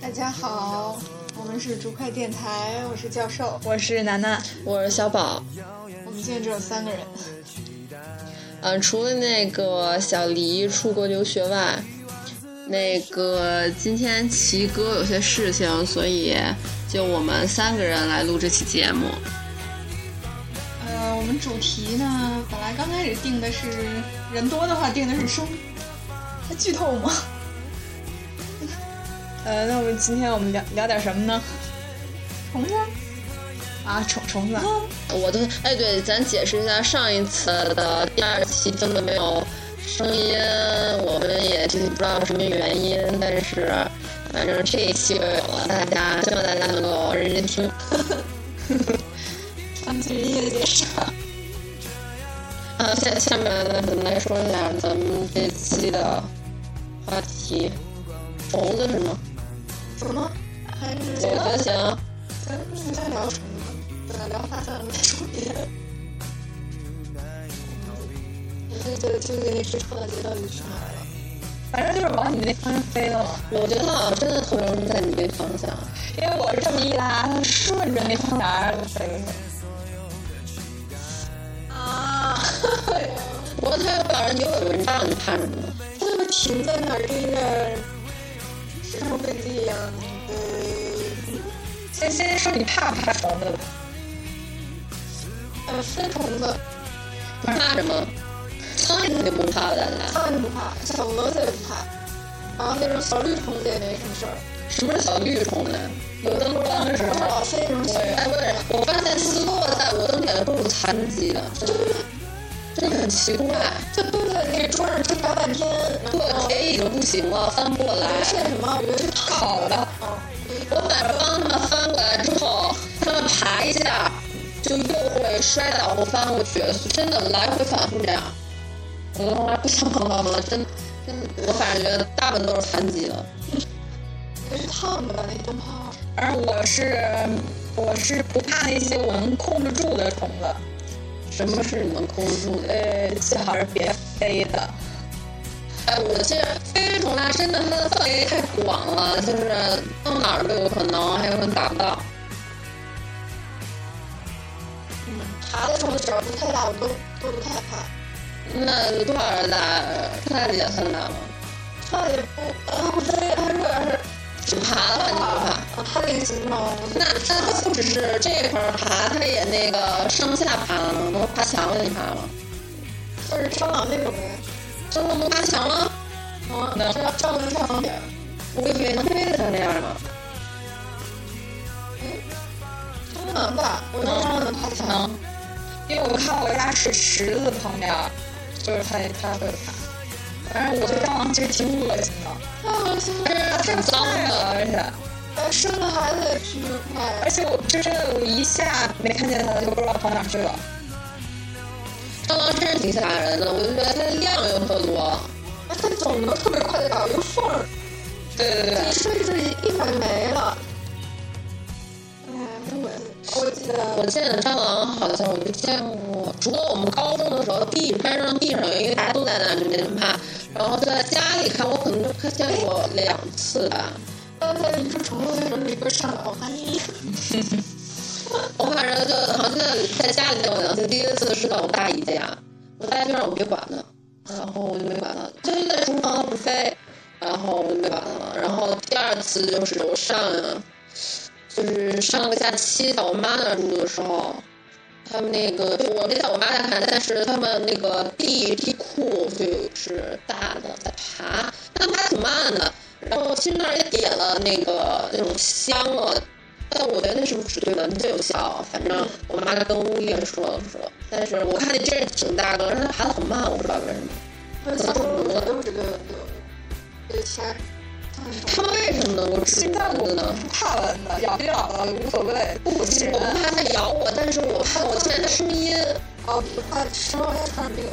大家好，我们是竹快电台，我是教授，我是楠楠，我是小宝。我们今天只有三个人。嗯，除了那个小黎出国留学外，那个今天奇哥有些事情，所以就我们三个人来录这期节目。呃，我们主题呢，本来刚开始定的是人多的话定的是生，那剧透吗？呃，那我们今天我们聊聊点什么呢？虫子啊，虫虫子啊，我都哎，对，咱解释一下上一次的第二期真的没有声音，我们也具体不知道什么原因，但是反正这一期就有了，大家希望大家能够认真听。上次夜介绍。 啊，下下面呢，咱们来说一下咱们这期的话题，虫子是吗？什么？还是我觉得行。咱们不该聊虫子，本来聊发散没说别的。我就就就给那只虫子到底去哪儿了？反正就是往你那方向飞了嘛。我觉得啊，真的特别容易在你这方向。因为我是这么一拉，它顺着那窗帘就飞了。啊！不过他要不然牛尾纹章，你怕什么？它怎么停在那儿跟一个石头飞机一样？呃，先先说你怕不怕虫子吧？呃，飞虫子，不怕什么？苍蝇肯定不怕的，苍蝇不怕，小蛾子也不怕，然后那种小绿虫子也没什么事儿。什么是小绿虫呢？有灯笼的时不是候。老飞那种小，哎，不是，我发现斯洛在我灯点都是残疾的，真的很奇怪。就蹲在那个桌上挣扎半天，然我后腿已经不行了，翻不过来。晒什么？我就烤的，我反正帮他们翻过来之后，他们爬一下，就又会摔倒或翻过去，真的来回反复这样。我都从来不想帮他们了，真真，我反正觉得大部分都是残疾的。是烫的吧？那灯泡。而我是我是不怕那些我能控制住的虫子。什么是你们控制住的？呃，最好是别飞的。哎，我记得飞虫啊，真的它的范围太广了，就是到哪儿都有可能，还有可能打不到。爬的虫子只要不太大，我都都不太怕。那有多少人打？看大姐算打吗？它也不，它不飞，它主要是只爬的话你不怕？啊，它那个形状，那它不只是这块儿爬，它也那个上下爬呢。我爬墙了，你爬吗？就是蟑螂那种呗。真的能爬墙了？哦啊，只要照顾得上点儿。我以为能飞得成那样呢。蟑螂吧，我能让它们爬墙。嗯能，因为我看我家是池子旁边，就是它它会爬。反正我对蟑螂其实挺恶心的，太恶 心了！它太脏了，而且哎生个孩子也巨而快，且我就真的我一下没看见它，就不知道跑哪去了。蟑螂真是挺吓人的，我就觉得它的量又特多。而且总能特别快的搞一个缝儿，对对对一，吹一吹一会儿就没了。哎，真恶心！我记我得见的蟑螂好像我就见过，除了我们高中的时候，地班上地上有一个大家都在那就那什么怕，然后在家里看我可能就看见过两次吧。刚才一只虫子，就是一个上脑翻译。我反正就好像在在家里见过两次，第一次是在我大姨家，我大姨就让我别管它，然后我就没管它，它就在厨房它不飞，然后我就没管它了。然后第二次就是我上，就是上个假期在我妈那儿住的时候，他们那个就我没在我妈那看，但是他们那个地地库就是大的在爬，但爬挺慢的。然后其实那儿也点了那个那种香啊，但我觉得那是不是只对蚊子有效？反正我妈跟物业说了说，但是我看那真是挺大个，但是它爬得很慢，我不知道为什么。那小虫子都是这个对其他苍蝇他们为什么能够吃现在蚊我子呢？不怕蚊子，咬不咬了无所谓，不其是实我不怕它咬我，但是我怕我听见它声音。哦，不怕生了传染病。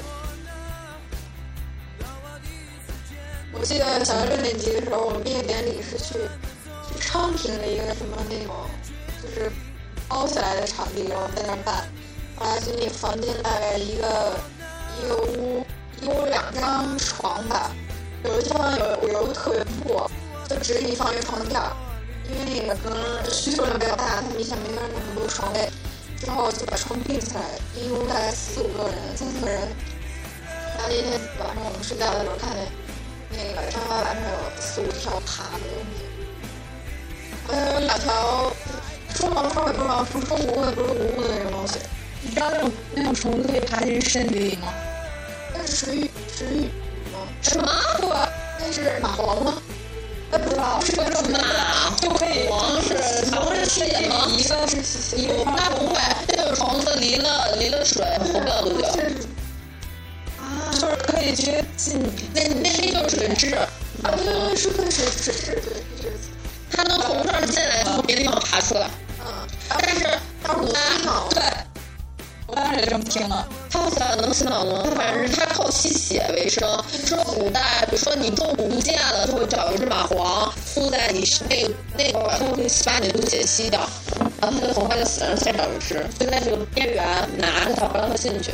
我记得小学六年级的时候，我们毕业典礼是去去昌平的一个什么那种，就是包起来的场地，然后在那儿办。后来就那房间大概一个一个屋，一个屋两张床吧，有的地方有有的特别破，就只给你放一个床垫儿，因为那个可能需求量比较大，他们一下没法那么多床位，之后就把床并起来，一屋大概四五个人，三四个人。然后那天晚上我们睡觉的时候，看见那个天花板上有四五条爬的东西，好像有两条，说毛说也不是毛，说说蜈蚣也不是蜈蚣的那种东西，你知道那种那种虫子可以爬进身体里吗？那是水鱼，水鱼吗？什么？对吧？那是蚂蟥吗？哎，不知道，是个什么？就可以，黄是黄是吸血吗？一个是一一个那不会，这个虫子离了离了水活不了多久。啊，就是可以直接进那那那就是水蛭，啊，对对对，是个水水是对，对对，它能从这儿进来，从别的地方爬出来。嗯，但是但是我它听到对，我当时也这么听了。它好像能洗脑吗？它反正是它靠吸血为生。说古代，比如说你中午不见了，就会找一只蚂蟥附在你身那个那块儿，它会把你的毒血吸掉，然后它就很快就死了，再找一只，就在这个边缘拿着它，不让它进去。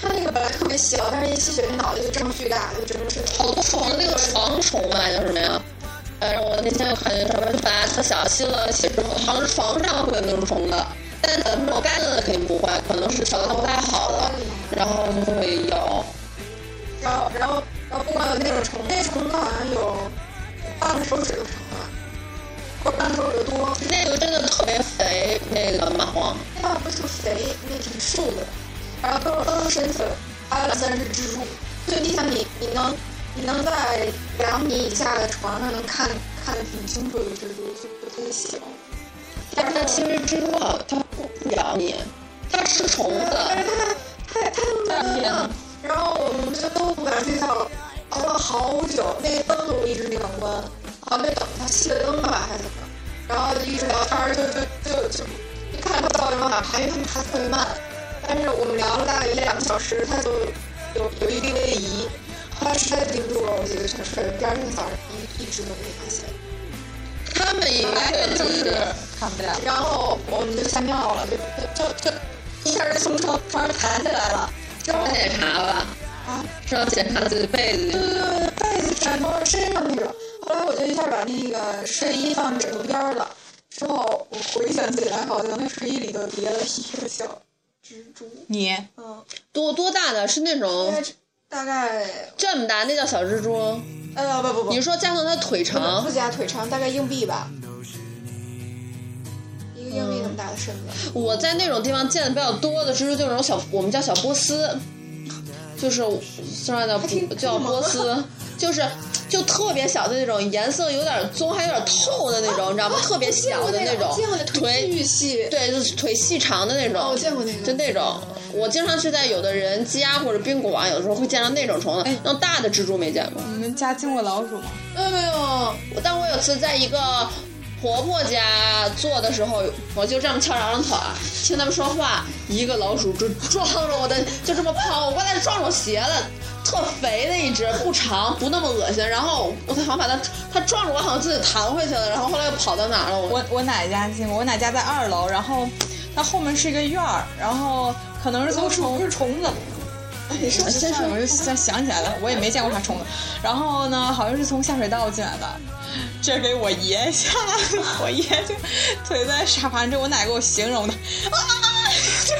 它那个本来特别小，但是一吸血那脑袋就这么巨大，就整个是好多虫那个床虫啊吧，叫什么呀？反正我那天又看见照片，就本来特哎小，吸了血之后，好像是床上会有那种虫子，但咱们这种干的肯定不会，可能是调的不太好的，然后就会有。然后然后然后不管有那种虫，那虫子好像有半个手指头长吧，或者半个手指头多，那个真的特别肥，那个蚂蟥，它不是肥，那挺瘦的，然后都都是深色，还有两三只蜘蛛，就你想你你能你能在两米以下的床上能看看得挺清楚的蜘蛛，就不太小。但是它其实蜘蛛好，它不不咬你，它吃虫子。但是他太太太难了。然后我们就都不敢睡觉，熬了好久，那个灯都一直没敢关，好像在等他熄了灯吧还是怎么，然后就一直聊天儿，就就就就一看他到底往哪爬，因为他们爬得特别慢，但是我们聊了大概一两个小时，他就有有一定位移，后来实在顶不住了，我就全睡了，第二天早上一一直都没发现。它们也会就是看不见。然后我们就吓尿了，就就就就一下就从床床上弹起来了，之后检查吧，啊。是要检查自己的被对对对子。对，被子全都是身上那种。后来我就一下把那个睡衣放枕头边儿了，之后我回想起来，好像那睡衣里头叠了一个小蜘蛛。你嗯，多多大的是那大概种是大概这么大，那叫小蜘蛛。呃不不不你，说加上它腿长不，加腿长，大概硬币吧，一个硬币那么大的身子。我在那种地方见的比较多的蜘蛛就是那种小，我们叫小波斯，就是上面叫波叫波斯，就是就特别小的那种，颜色有点棕还有点透的那种，你知道吗？特别小的那种我见过那，个腿腿巨细。对，就是腿细长的那种。哦我见过那个就那种。我经常是在有的人家或者宾馆，有的时候会见到那种虫子哎，那种大的蜘蛛没见过。你们家进过老鼠吗？没有没有，但我有次在一个婆婆家坐的时候，我就这么翘着二郎腿，听他们说话，一个老鼠就撞着我的，就这么跑过来撞着我鞋了。特肥的一只，不长，不那么恶心。然后我好像把它，它撞着我，好像自己弹回去了。然后后来又跑到哪儿了？我我我奶奶家进过，我奶奶家在二楼，然后它后面是一个院儿，然后可能是从哎虫是虫子，哎你说先说，我就想想起来了，我也没见过啥虫子。然后呢，好像是从下水道进来的，这给我爷吓得，我爷就腿在沙发上，这我奶给我形容的，啊，就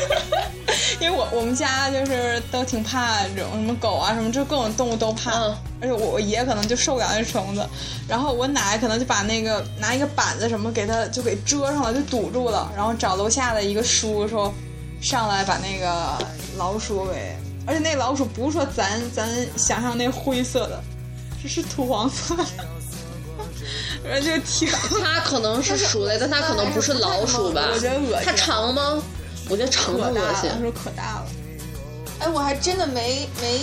是因为我我们家就是都挺怕这种什么狗啊什么，就各种动物都怕。嗯而且我我爷可能就受不了那虫子，然后我奶可能就把那个拿一个板子什么给它就给遮上了，就堵住了，然后找楼下的一个叔说，上来把那个老鼠给，而且那老鼠不是说咱咱想象那灰色的，是是土黄色的，然后就挺，它可能是鼠类，但它可能不是老鼠吧？我觉得恶心它长吗？我觉得长不可恶大心了，。说可大了，哎，我还真的没没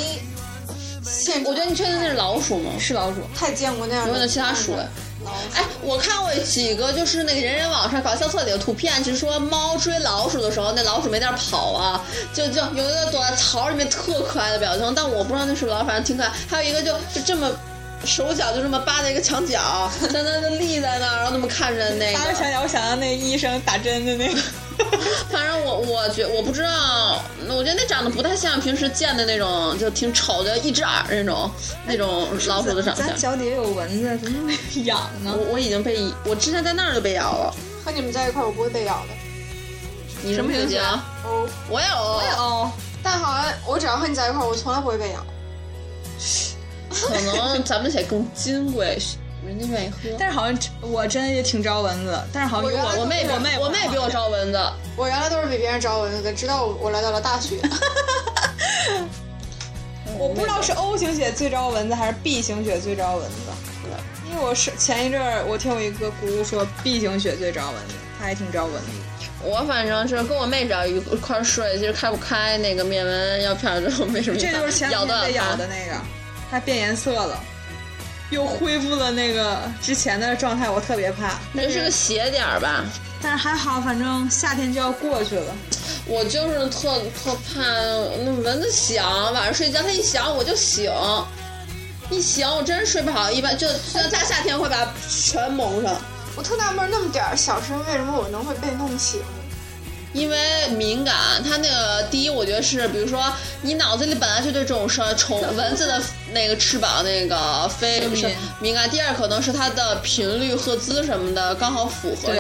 见，我觉得你确定那是老鼠吗？是老鼠，太见过那样有的。没有其他鼠类？老鼠哎，我看过几个，就是那个人人网上搞笑测里的图片，就是说猫追老鼠的时候，那老鼠没地儿跑啊，就就有一个躲在草里面特可爱的表情，但我不知道那是不是老鼠，反正挺可爱。还有一个就就这么手脚就这么扒在一个墙角，在那那立在那儿，然后那么看着那大家个。想想，我想到那医生打针的那个。反正我我觉我不知道我觉得那长得不太像平时见的那种，就挺丑的，一只耳那种那种老鼠的长相咱。脚底下有蚊子，怎么会痒呢？我我已经被我之前在那儿就被咬了，和你们在一块儿，我不会被咬的。你什么什么情东西形？啊哦，我有，我哦，但好像我只要和你在一块儿，我从来不会被咬。可能咱们得更金贵，人家愿意喝。但是好像我真也挺招蚊子的，但是好像有我我我妹比我妹我妹比我招蚊子，我原来都是比别人招蚊子的，直到我我来到了大 学。我不知道是 O 型血最招蚊子还是 B 型血最招蚊子，因为我是前一阵儿我听我一个姑姑说 B 型血最招蚊子，她还挺招蚊子的。我反正是跟我妹只要一块儿睡，其实开不开那个面纹药片儿就没什么这用，就是前咬两天断被嗯咬牙的那个，它变颜色了，又恢复了那个之前的状态，我特别怕。这是个斜点儿吧？但是还好，反正夏天就要过去了。我就是特特怕那蚊子响，晚上睡觉它一响我就醒，一醒我真是睡不好，一般就就大夏天会把全蒙上，我特纳闷儿，那么点儿小声，为什么我能会被弄醒？因为敏感。它那个第一，我觉得是比如说你脑子里本来就对这种声虫蚊子的那个翅膀那个飞敏是敏感，第二可能是它的频率、赫兹什么的刚好符合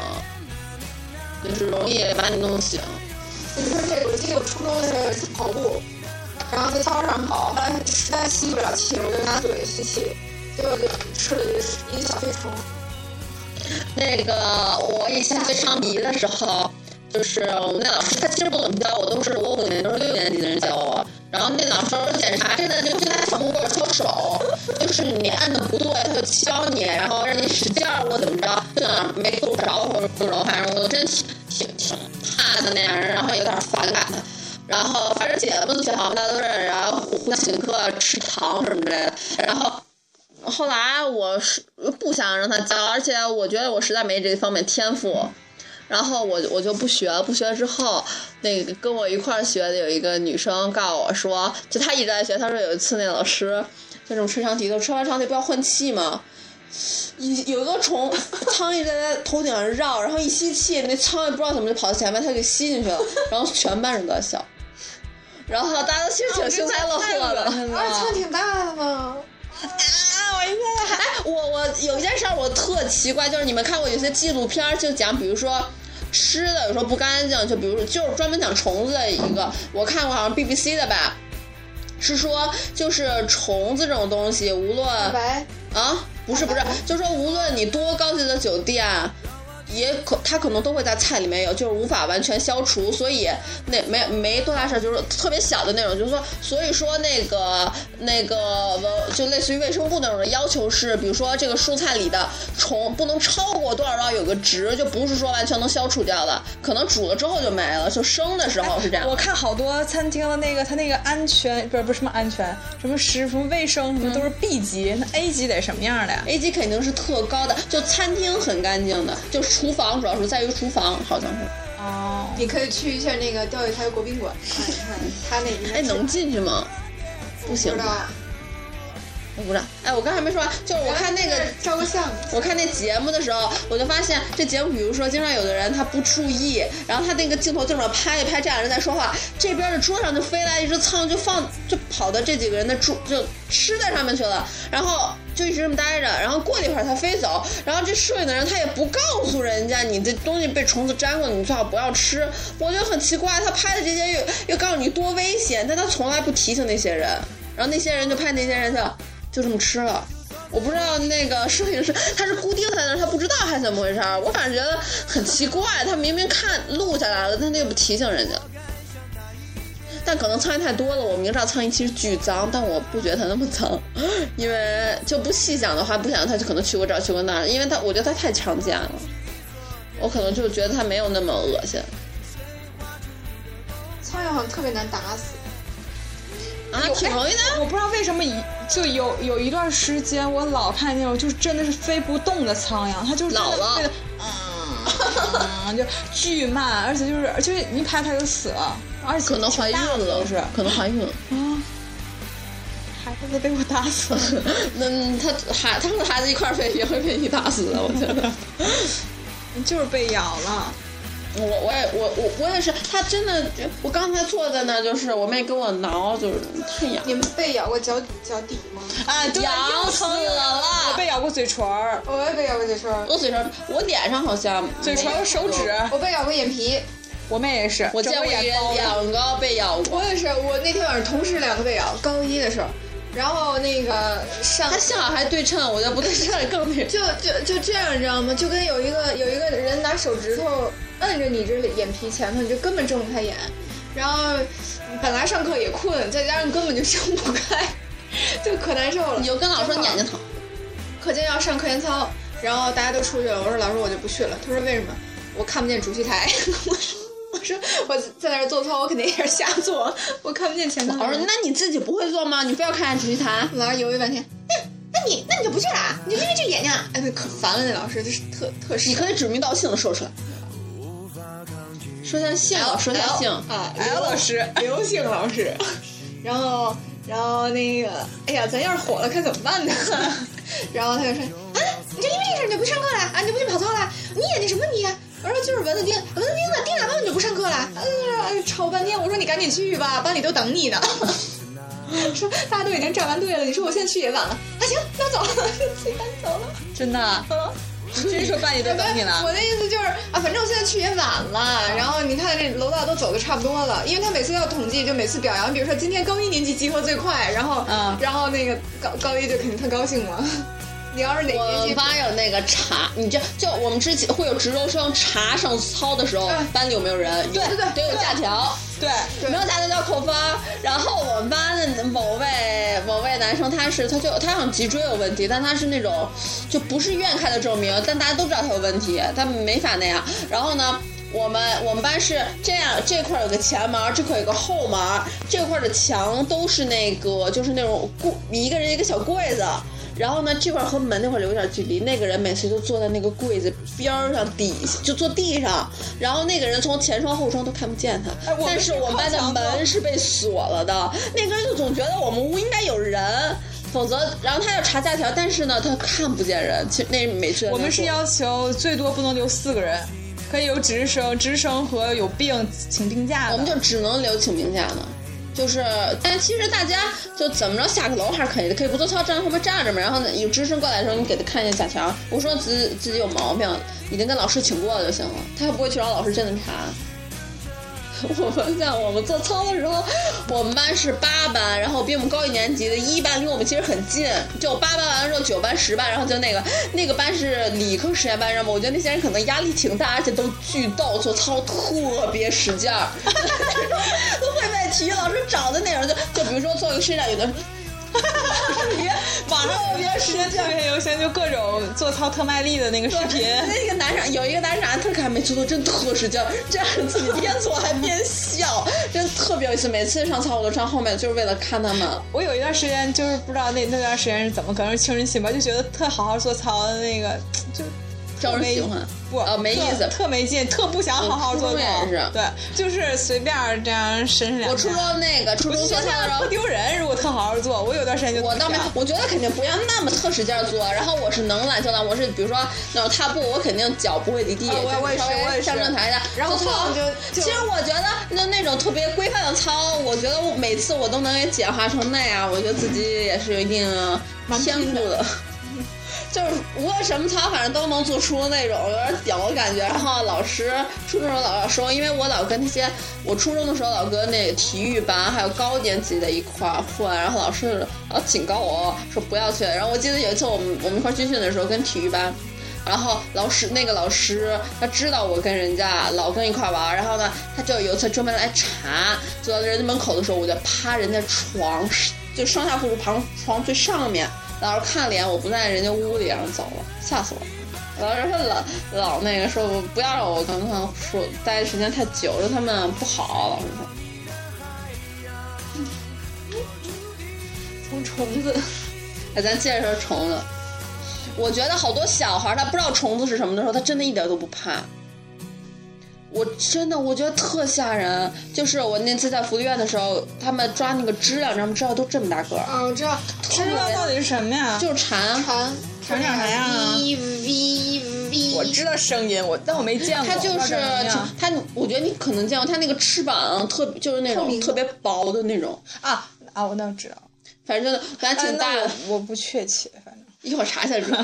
对，就是容易把你弄醒。你说这个，我记得我初中的时候有一次跑步，然后在操场跑，后来实在吸不了气，我就拿嘴吸气，结果就吃了一个一个小飞虫。那个我以前学上笔的时候，就是我们那老师，他其实不怎么教我，都是我五年都是六年级的人教我。然后那老师检查，真的就就拿小木棍敲手，就是你按的不对，他就敲你，然后让你使劲儿或怎么着，就哪儿没够着或者够着，反正我真挺挺挺怕的那样，然后有点反感的。然后反正姐们学好，大家都是然后互请客吃糖什么之类的，然后。后来我是不想让他教，而且我觉得我实在没这方面天赋，然后我我就不学了。不学之后，那个跟我一块儿学的有一个女生告诉我说，就她一直在学，她说有一次那老师就这种吹长笛，就吹完长笛不要换气嘛。有有一个虫苍蝇在他头顶上绕，然后一吸气，那苍蝇不知道怎么就跑到前面，他给吸进 去了，然后全班人都在笑，然后大家其啊实挺幸灾乐祸的。而且挺大的呢。啊，我应该哎， 我我有一件事儿我特奇怪，就是你们看过有些纪录片儿，就讲比如说。吃的有时候不干净，就比如就是专门讲虫子的一个，我看过好像 BBC 的吧，是说就是虫子这种东西，无论白，啊，不是不是，就是说无论你多高级的酒店，也可它可能都会在菜里面有，就是无法完全消除，所以那没没多大事儿，就是特别小的那种，就是说，所以说那个那个文就类似于卫生部那种的要求是，比如说这个蔬菜里的虫不能超过多少多少有个值，就不是说完全能消除掉的，可能煮了之后就没了，就生的时哦候是这样。我 看好多餐厅的那个，它那个安全不是不是什么安全，什么食什么卫生什么都是 B 级，那 A 级得什么样的呀？ A 级肯定是特高的，就餐厅很干净的，就是厨房主要是在于厨房，好像是。哦，你可以去一下那个钓鱼台国宾 馆看一看，它那里哎，面能进去吗？不不行知道吧，，我不知道。哎，我刚还没说完，就是我看那个，照个相，我看那节目的时候，我就发现这节目，比如说经常有的人他不注意，然后他那个镜头正着拍一拍，这俩人在说话，这边的桌上就飞来一只苍蝇，就放就跑到这几个人的桌就吃在上面去了，然后就一直这么待着，然后过了一会儿它飞走，然后这摄影的人他也不告诉人家你这东西被虫子粘过，你最好不要吃。我觉得很奇怪，他拍的这些又又告诉你多危险，但他从来不提醒那些人，然后那些人就拍那些人去，就这么吃了。我不知道那个摄影师他是固定在那儿，他不知道还是怎么回事儿。我反正觉得很奇怪，他明明看录下来了，但他又不提醒人家。但可能苍蝇太多了，我明知道苍蝇其实巨脏，但我不觉得它那么脏，因为就不细想的话，不想它就可能去过这儿去过那儿，因为它我觉得它太常见了，我可能就觉得它没有那么恶心苍蝇好像特别难打死。啊，挺容易的。哎我不知道为什么一就有有一段时间，我老看那种就是真的是飞不动的苍蝇，它就是真老的了飞得，嗯，嗯 就巨慢，而且就是而且你一拍它就死了，而且可能怀孕挺大的了，都是啊，可能怀孕了。 孩子被我打死了。那他孩他和孩子一块儿飞，也会被你打死的，我觉得。就是被咬了。我我也我我我也是，它真的，我刚才坐在那儿，就是我妹跟我挠，就是太痒。你们被咬过脚底脚底吗？啊，对，痒又疼又死痒了啊我被咬过嘴唇儿，我也被咬过嘴唇儿，我嘴上，我脸上好像嘴唇儿、手指，我被咬过眼皮。我妹也是，我见过整个人眼包了两个被咬过，我也是，我那天晚上同事两个被咬，高一的时候，然后那个上他幸好还对称，我就不对称更那。就就就这样，你知道吗？就跟有一个有一个人拿手指头摁着你这眼皮前头，你就根本睁不开眼。然后本来上课也困，再加上根本就睁不开， 就可难受了。你就跟老师说你眼睛疼，课间要上课间操，然后大家都出去了，我说老师我就不去了。他说为什么？我看不见主席台。 我说我说我在那儿做操，我肯定也是瞎做，我看不见前头。老师说那你自己不会做吗？你非要看主席台，老师犹豫半天，哎那那你那你就不去啦？你就因为这眼睛啊，哎，那可烦了，那老师就是特特你是。可以指名道姓的说出来，说下姓，说下姓。哎啊， L 老 师，刘姓老师，然后然后那个，哎呀，咱要是火了该怎么办呢？ 然后他就说啊，你就因为这事儿你就不上课了啊？你就不去跑操了？你眼睛什么你、啊我说就是蚊子叮，蚊子叮了，叮两炮你就不上课了？呃，吵半天，我说你赶紧去吧，班里都等你呢。 说大家都已经站完队了，你说我现在去也晚了。啊，行，那我走了， 就自己赶紧走了。真 的，嗯真说班里都等你我呢。的意思就是啊，反正我现在去也晚了，然后你看这楼道都走的差不多了，因为他每次要统计，就每次表扬，比如说今天高一年级集合最快，然后、嗯然后那个高高一就肯定特高兴嘛。 你要是哪哎年我级们，班有那个查，你这就我们之前会有值周生查上操的时候哎，班里有没有人？对对对得有假条，对，对没有假条就要扣分儿。然后我们班的某位某位男生，他是他就他好像脊椎有问题，但他是那种就不是院开的证明，但大家都知道他有问题，他没法那样。然后呢？我们我们班是这样，这块儿有个前门儿，这块儿有个后门儿，这块儿的墙都是那个就是那种柜，一个人一个小柜子，然后呢，这块儿和门那块儿留点距离。那个人每次就坐在那个柜子边儿上底下，就坐地上，然后那个人从前窗后窗都看不见他。哎我们但是我们班的门是被锁了的，那个人就总觉得我们屋应该有人，否则，然后他要查假条，但是呢，他看不见人。其实那每次我们是要求最多不能留四个人，可以有值日生，值日生和有病请病假的。我们就只能留请病假呢。就是，但其实大家就怎么着下个楼还是可以的，可以不做操站在后面站着嘛。然后呢，有值日生过来的时候，你给他看一下假条，我说自自己有毛病，已经跟老师请过了就行了，他又不会去找老师真的查。我们在我们做操的时候，我们班是八班，然后比我们高一年级的一班离我们其实很近，就八班完了之后九班十班，然后就那个那个班是理科实验班，然后我觉得那些人可能压力挺大，而且都巨逗，做操特别使劲儿， 都会被体育老师找的那种，就就比如说做一个伸展，有的人别网上有别时间特别流行，就各种做操特卖力的那个视频。那个男生有一个男生啊，他可还没做错，真特使劲儿，这样自己边做还边笑，真的特别有意思。每次上操我都上后面，就是为了看他们。我有一段时间就是不知道那那段时间是怎么，可能是青春期吧，就觉得特好好做操的那个就。招人喜欢不啊没意思特特没劲，特不想好好做我初操中也是。对，就是随便这样伸伸两下。我初中那个初我中就觉做操的时得候不。丢人，如果特好好做，我有段时间就我倒没，我觉得肯定不要那么特使劲儿做。然后我是能懒就懒，我是比如说那种踏步，我肯定脚不会离地，啊我也就我也是稍微我也是上正台的。然后做操操就就其实我觉得那那种特别规范的操，我觉得我每次我都能给简化成那样，我觉得自己也是有一定蛮天拼赋的。就是无论什么操，反正都能做出那种有点屌的感觉。然后老师初中的时候老要说，因为我老跟那些我初中的时候老跟那个体育班还有高年级的一块儿混，然后老师就老警告我说不要去。然后我记得有一次我们我们一块儿军训的时候跟体育班。然后老师那个老师他知道我跟人家老跟一块儿玩儿，然后呢，他就有一次专门来查，走到人家门口的时候，我就趴人家床，就上下铺旁床最上面，老师看脸我不在人家屋里，然后走了，吓死我了。老师说哎老老那个说不要让我跟他们说待的时间太久，说他们不好。老师说从虫子，哎，咱接着说虫子。我觉得好多小孩儿他不知道虫子是什么的时候，他真的一点都不怕。我真的我觉得特吓人，就是我那次在福利院的时候，他们抓那个啊知了，你知道吗？知了都这么大个儿，嗯，我知道，知道到底是什么呀？就是蝉。蝉，蝉叫啥呀？V V V，我知道声音，我但我没见过。它就我不知是道长什么啊样它，我觉得你可能见过它那个翅膀特别，就是那透明种的特别薄的那种，啊啊，我那知道，反正反正挺大的啊。那我我不确切，反正。一会儿查一下知道。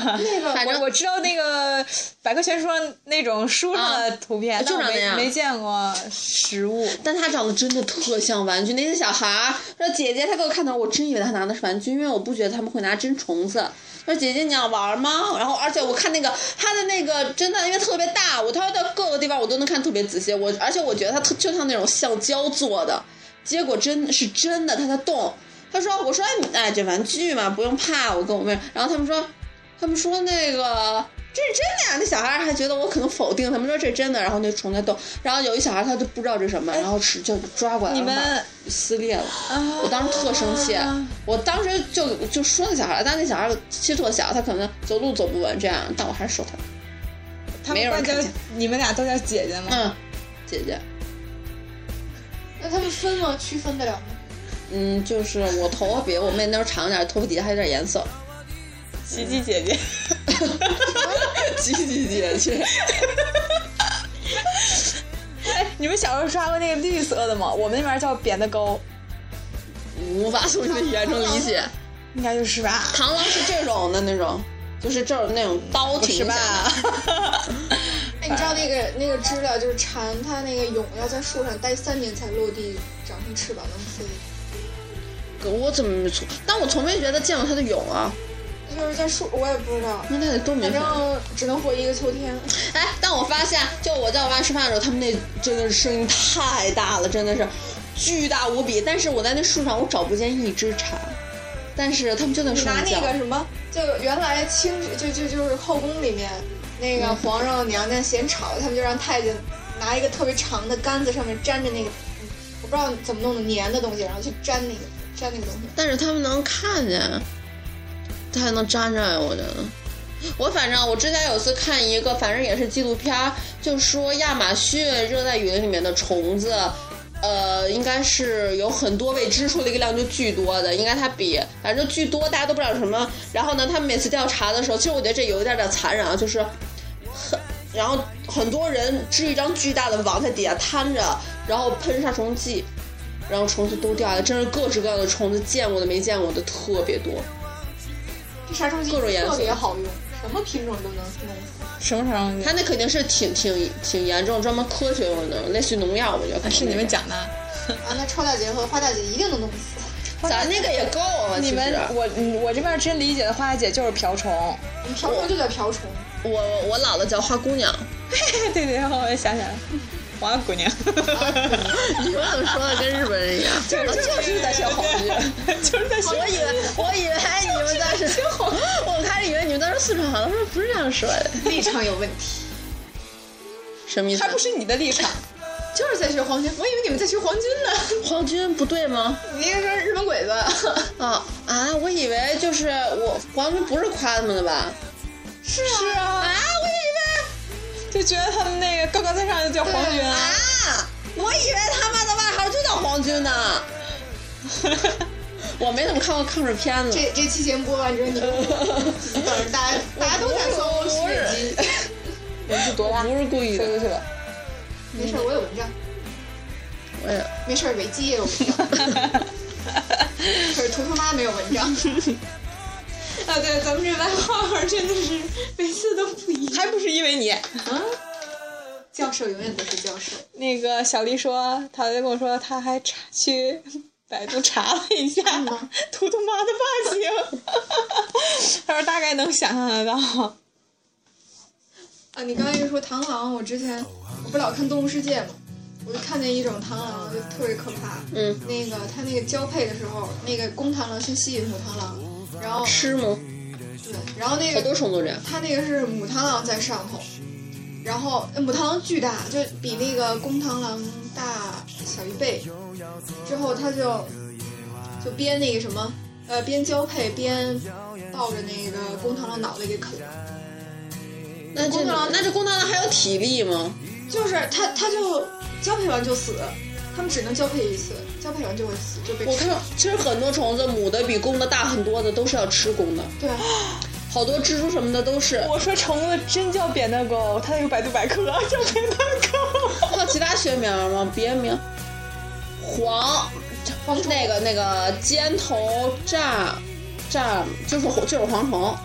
反正我我知 道那个百科全书上那种书上的图片，啊但我就长那样没没见过实物。但他长得真的特像玩具。那些小孩儿说：“姐姐，他给我看到，我真以为他拿的是玩具，因为我不觉得他们会拿真虫子。”说：“姐姐，你要玩吗？”然后，而且我看那个他的那个真的，因为特别大，我他到各个地方我都能看特别仔细。我而且我觉得他特就像那种橡胶做的，结果真是真的，他在动。他说：“我说哎你哎，这玩具嘛，不用怕。”我跟我妹，然后他们说，他们说那个这是真的呀，那小孩儿还觉得我可能否定，他们说这是真的，然后那虫在动，然后有一小孩儿他就不知道这是什么，然后是就抓过来哎你们然后把撕裂了，啊我当时特生气，我当时就就说那小孩儿，但那小孩儿其实特小，他可能走路走不稳这样，但我还是说他，他没们有管人叫看见你们俩都叫姐姐吗？嗯，姐姐，那他们分吗？区分得了吗？嗯，就是我头发比我妹那时候长点儿，头发底下还有点颜色，琪琪姐姐， 挤挤姐姐。哎，你们小时候抓过那个绿色的吗？我们那边叫扁担钩， 无法从你的语言中理 解。应该就是吧？螳螂是这种的那种，就是这种那种刀不是挺吧？啊哎，你知道那个那个知了，就是蝉，它那个蛹要在树上待三年才落地，长成翅膀能飞。 我怎么没错？但我从没觉得见过它的蛹啊，它就是在树，我也不知道，那它得多没反分。正只能活一个秋天。哎，但我发现，就我在我妈吃饭的时候，他们那真的是声音太大了，真的是巨大无比。但是我在那树上，我找不见一只蝉，但是他们就在你树拿上那叫。个什么，就原来清就就就是后宫里面，那个皇上娘娘嫌吵，他们就让太监拿一个特别长的杆子，上面粘着那个，嗯我不知道怎么弄的粘的东西，然后去粘那个粘那个东西。但是他们能看见，他还能粘上呀，我觉得。我反正我之前有次看一个，反正也是纪录片儿，就说亚马逊热带雨林里面的虫子，呃，应该是有很多未知数的一个量，就巨多的，应该它比反正就巨多，大家都不知道是什么。然后呢，他们每次调查的时候，其实我觉得这有一点点残忍啊，就是很，然后很多人织一张巨大的网在底下摊着，然后喷杀虫剂，然后虫子都掉下来，真是各式各样的虫子，见过的没见过的特别多。这杀虫剂各种颜色特别好用，什么品种都能弄死。 什么时候 它那肯定是挺挺挺严重，专门科学用的那种，类似于农药，我觉得。是你们，讲的？啊，那超大姐和花大姐一定能弄死。咱那个也够 了。你们其实我嗯我这边真理解的花姐就是瓢虫，我们瓢虫就叫瓢虫，我我姥姥叫花姑娘，对 对对，我想起来了，花姑 娘， 你们怎么说的跟日本人一样？ 我 就是在学好剧。就是在 我以为我以为你们当 时，我开始以为你们当时四川话，我说不是这样说的，立场有问题。什么意思还？不是你的立场，就是在学皇军，我以为你们在学皇军呢。皇军不对吗？你那个是日本鬼子，啊啊！我以为就是我皇军不是夸他们的吧？是啊，啊，我以为。 就觉得他们那个高高在上就叫皇军啊，啊！我以为他妈的外号就叫皇军呢。我没怎么看过抗日片子，这这期节目播完之后，你跟我等着大家大家都在搜吸血姬。是多我不是故意飞出的。去了，没事儿，我有文章。我也没事儿，维基也有文 章。可是图图妈没有文 章。啊，对，咱们这外号真的是每次都不一样。还不是因为你。啊，教授永远都是教授。那个小丽说，她就跟我说，她还查去 百度查了一下嗯吗图图妈的发型， 她说大概能想象得到。啊，你刚才又说螳螂，我之前我不老看《动物世界》嘛，我就看见一种螳螂，就特别可怕。嗯，那个它那个交配的时候，那个公螳螂去吸引母螳螂，然后吃吗？对，然后那好个多虫都这样。它那个是母螳螂在上头，然后呃母螳螂巨大，就比那个公螳螂大小一倍。之后它就就边那个什么，呃，边交配边抱着那个公螳螂脑袋给啃了。那这公道那这公道狼还有体力吗？就是它它就交配完就死，它们只能交配一次，交配完就会死，就被我吃。看其实很多虫子母的比公的大很多的都是要吃公的，对啊，好多蜘蛛什么的都是。我说虫子真叫扁担狗，它那个百度百科叫扁担狗。还有其他学名吗？别名？黄，那个那个尖头蚱，蚱就是就是蝗虫，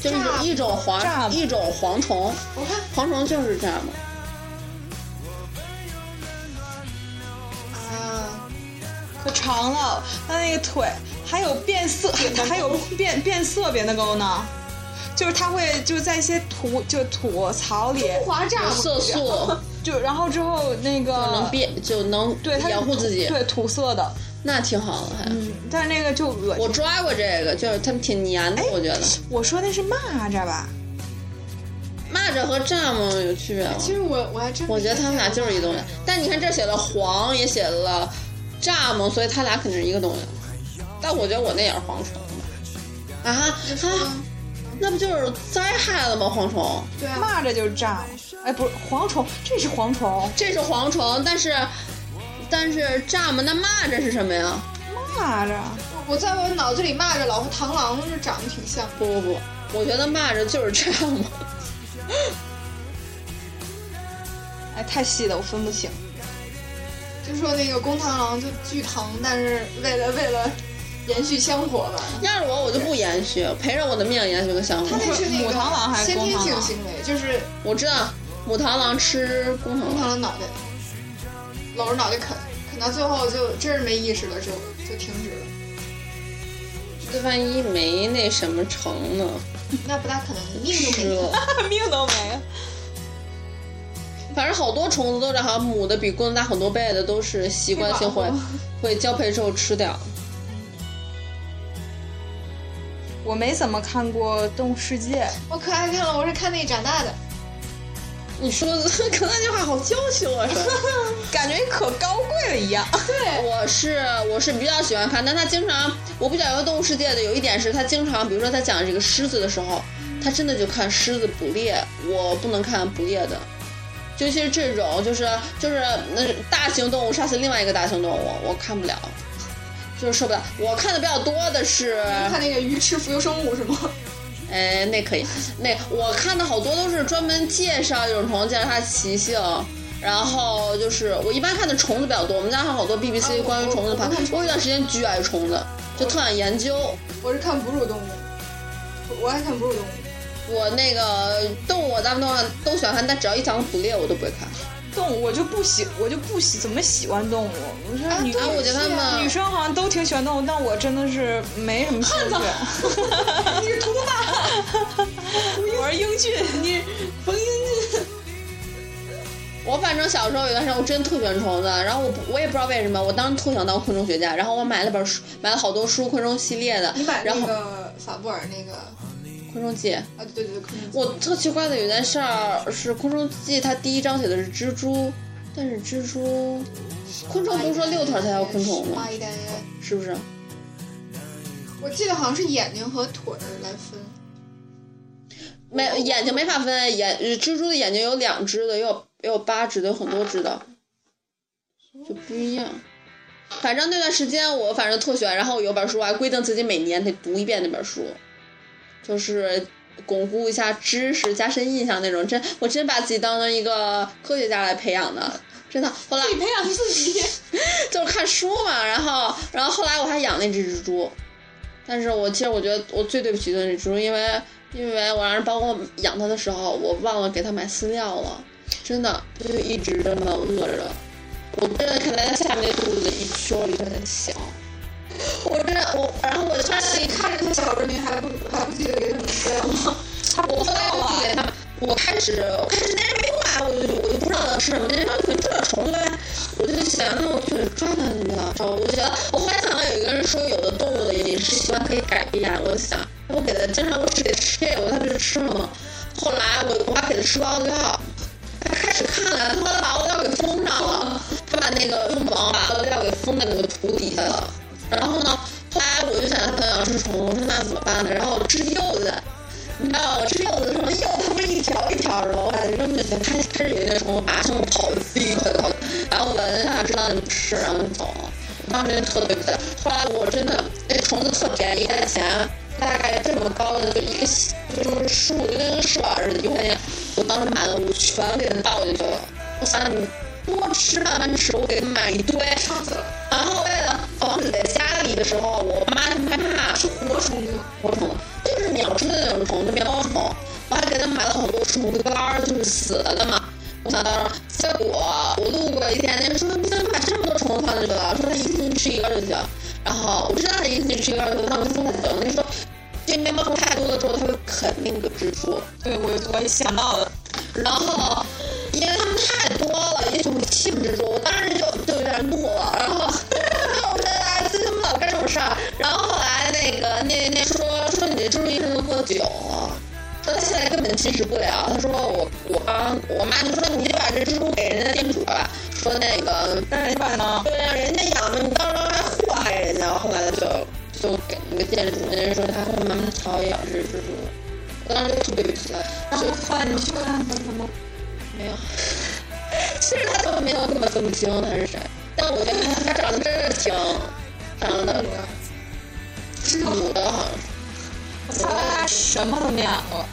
就是蚱一种蚱蝗一种蝗虫，我看蝗虫就是这样的。啊，可长了，它那个腿还有变色，还有变变色扁担狗呢。就是它会就是在一些土就土草里，华有蚱色啊素 就然后之后那个能变就能对它是养护自己，对土色的，那挺好的。还嗯，但是那个就恶我心。抓过这个，就是它们挺粘哎的，我觉得。我说那是蚂蚱吧？蚂蚱和蚱蜢有区别吗？其实我我还真没我觉得他们俩就是一东西。但你看这写了黄，也写了蚱蜢，所以他俩肯定是一个东西。但我觉得我那也是蝗虫吧啊啊！那不就是灾害了吗？蝗虫，对啊，蚂蚱就是蚱蜢，哎，不是蝗虫，这是蝗虫，这是蝗虫，但是但是蚱蜢那蚂蚱是什么呀？蚂蚱。我在我脑子里骂着老和螳螂是长得挺像的。不不不，我觉得蚂蚱就是蚱蜢。 哎，太细了，我分不清。 就说那个公螳螂就巨疼，但是为了为了延续香火吧，要是我，我就不延续，陪着我的命延续个香它火。那是那母个螳螂还是先公天螳性螂行为，就是我知道母螳螂吃公公螳螳螂螂，脑袋搂着脑袋啃，啃到最后就真是没意识了，就就停止了。这万一没那什么成呢？那不大可能，命都吃没了。了。命都没了。反正好多虫子都是，好像母的比公的大很多倍的，都是习惯性会是吧会交配之后吃掉。我没怎么看过《动物世界》，我可爱看了，我是看那长大的。你说的可那句话好娇羞啊！说 感觉可高贵了一样。我是我是比较喜欢看，但他经常我比较有动物世界的有一点是，他经常比如说他讲这个狮子的时候，他真的就看狮子捕猎，我不能看捕猎的。尤其是这种，就是就是那大型动物杀死另外一个大型动物，我看不了，就是受不了。我看的比较多的是看那个鱼吃浮游生物是吗？哎，那可以，那我看的好多都是专门介绍一种虫，介绍它的习性。然后就是我一般看的虫子比较多，我们家还有好多 BBC 啊关于虫子的我盘我看。虫子我有一段时间巨爱虫子，就特想研究。我是看哺乳动物，我我爱看哺乳动物。我那个动物，咱们动物都喜欢看，但只要一讲捕猎，我都不会看。动物我就不喜，我就不喜怎么喜欢动物。我说啊女、对啊，我觉得他是啊女们生好像都挺喜欢动物，但我真的是没什么兴趣。啊 你是秃吧？我是英俊，你冯英俊。我反正小时候有段时间我真特喜欢虫子，然后我不我也不知道为什么，我当时特想当昆虫学家，然后我买了本书，买了好多书，昆虫系列的你买，然那后个法布尔那个啊？昆虫记。对对对，昆虫记我特奇怪的有一件事儿是《昆虫记》，它第一章写的是蜘蛛，但是蜘蛛，昆虫不是说六腿才叫昆虫吗？蚂蚁单元，是不是？我记得好像是眼睛和腿儿来分。没眼睛没法分，眼蜘蛛的眼睛有两只的，也有也有八只的，有很多只的，就不一样。反正那段时间我反正特喜欢，然后有本书我还规定自己每年得读一遍那本书，就是巩固一下知识、加深印象那种。真我真把自己当成一个科学家来培养的，真的。后来你培养自己， 就是看书嘛，然后然后后来我还养那只蜘蛛，但是我其实我觉得我最对不起的那只蜘蛛，因为因为我让人帮我养它的时候，我忘了给它买饲料了，真的它就一直这么饿着。我真的看它下面那肚子一圈儿一圈的小，我真的我，然后我当时一看。看着他小时候，你还不还不记得给他们吃药吗？我后来我就给他，我开始我开始那人没管，我就我就不知道它吃什么，那人可能吃点虫呗，我就想那我就得抓它去了。我就觉得我后来想到有一个人说有的动物的饮食习惯可以改变，我就想我给它经常我只给它吃这个，它不就吃了吗？后来我我还给它吃包子药。他开始看了，他妈把我料给封上了，他把那个用网把我料给封在那个土底下了。然后呢，后来我就想他想吃虫，我说那怎么办呢？然后我吃柚子，你知道我吃柚子什么柚，它不是一条一条的吗？我把它扔进去，它开始有那虫马上跑，自己快跑，然后闻一下知道你吃，然后就走了。我当时特别可，后来我真的那虫子特便宜，一块钱。大概这么高的，就一个就这么竖，就跟个竖耳似的。就发现我当时买了，我全给它倒进去了。我想你多吃慢慢吃，我给它买一堆。上次然后为了防止在家里的时候，我妈就害怕是活虫吗？活虫，就是鸟吃的那种虫，就面包虫。我还给他买了好多虫干儿，就是死了的嘛。我想到时候，结果我路过一天，那人说你怎么买这么多虫放进去了？说他一次性吃一根儿就行。然后我知道他一次性吃一根儿就行，但我就不敢等。那说这面包虫太多了之后，它会啃那个蜘蛛。对，我我也想到了，然后因为他们太多了，也就是禁不住，我当时就就有点怒了。啊然后 我说哎，这他妈老干这种事儿。然后后来那个那那说说你这猪医生都喝酒了。说他现在根本禁止不了。他说我我帮我妈就说你就把这蜘蛛给人家店主吧，说那个让人办吗？对啊，人家养的，你到时候还祸害人家。后来就就给那个店主，人家说他会慢慢调养这蜘蛛。我当时就特别不起来，然所后以后来你去看他们吗？没有。其实他都没有根本分不清他是谁，但我觉得他长得真是挺长得是母的，好像是。我操，他什么都没养过，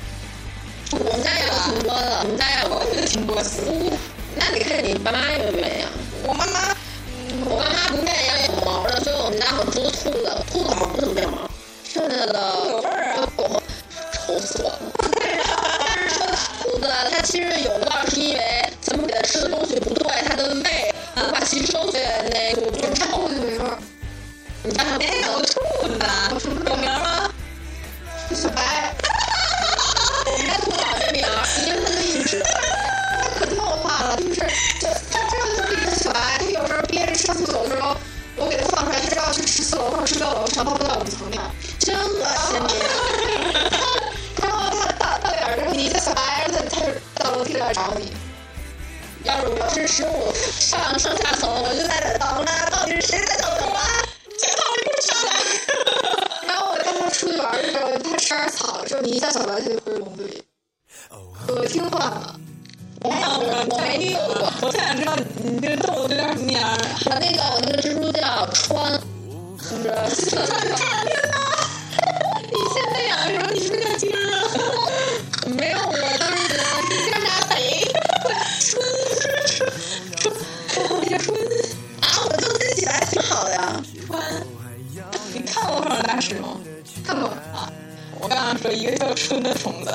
我们家养挺多的，我们家养过。挺多次。那你看你爸妈有没有养？我妈妈我爸妈不愿意养有毛的，所以我们家好多兔子，兔子好像不怎么掉毛，剩下的有味儿啊狗愁死我了。但是说兔子它其实有味儿，是因为咱们给它吃的东西不对，它的胃无法吸收，所以那个就臭兔。子没味儿，你家还没没养有过兔子呢，有名吗？ 小白，你看兔子好这名儿，因为它就一直，它可听话了，就是就它知道就是一个小白，它有时候憋着上厕所的时候，我给它放出来，它知道去十四楼或者十六楼上，它不到五层那儿。真恶心你。然后它到到点儿之后，你一个小白，它它就到楼梯来找你。要是我是十五上上下层，我就在这等着，到底是谁在等我？这到了上来。然后我带它出去玩的时候，它吃点草的时候，你一下小白，它就回笼子里，可听话了。我我我没遛过，我特想知道你这个动物叫什么名儿？我那个我那个蜘蛛叫川，就是你现在养的时候，你是不是叫鸡儿啊？没有我当时觉得叫啥北那个春啊，我就自己来挺好的呀。川，你看过《疯狂大师》吗？看过。我刚刚说一个叫春的虫子，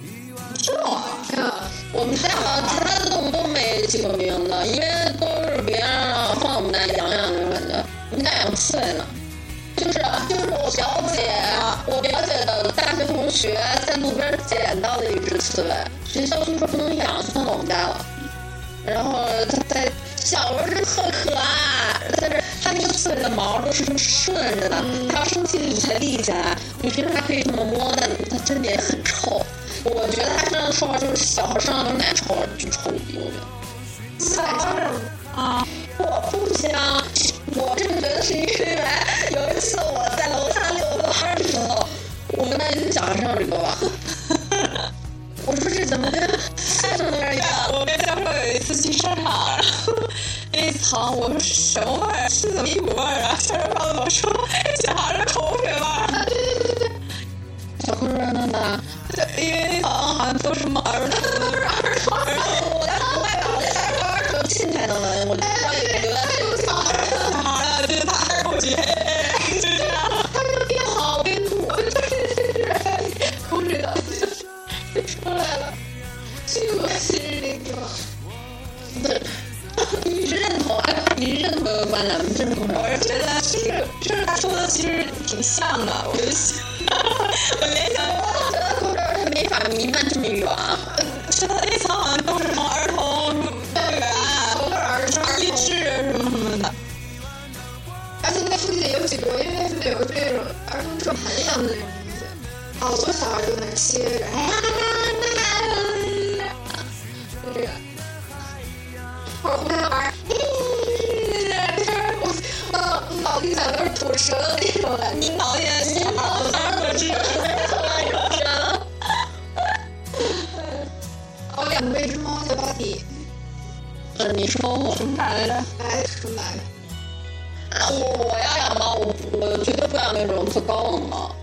你听懂了？啊，我们家好像其他的动物都没起过名字，因为都是别人让放我们家养养那种感觉。我们家养刺猬呢，就是就是我表姐，我表姐的大学同学在路边捡到的一只刺猬，学校就说不能养，就放到我们家了。然后它在小时候真特可爱，但是它那个刺猬的毛都是顺着的，它要生气你才立起来。你平时还可以这么摸，但它真的也很臭。我觉得它身上的臭味就是小孩身上的奶臭味，就臭逼。我觉得四百张这种啊，我不香，我这么觉得是因为有一次我在楼下遛弯儿的时候，我们班有一个小孩身上有这个味儿。我说这怎么跟山上那边一样？我跟教授有一次去商场，然后那藏我说是什么味儿？是怎么一股味儿啊？教授告诉我说，哎小孩的口水味儿，小姑娘呢？就因为那藏好像都是什么儿童，都是儿童儿我当时不会吧？我在那玩手进才能闻，我我以为留在这个草童小孩儿的，就是他二口诀，就这样。它这个病好，我跟你说，我就是口水都就出来了，巨恶心那个地方。对，你是认同哎，你是认同有关的，你真是同我是觉得这个，这是他说的，其实挺像的，我就想，我联想到我觉得口罩它没法弥漫这么远，是他那层好像都是什么儿童幼儿园、都是儿童儿励志什么什么的。而且那附近有几个，因为那附近有个这种儿童转盘一样的那种东西，好多小孩都在那歇着，哎呀，就这个，或者互相玩儿，就是我我我脑子想都是吐舌头那种的，你脑袋小孩儿当然不知道，我两倍之猫叫巴迪，呃，你说我什么色儿来着？来什么来着？我我要养猫，我我绝对不养那种特高冷猫，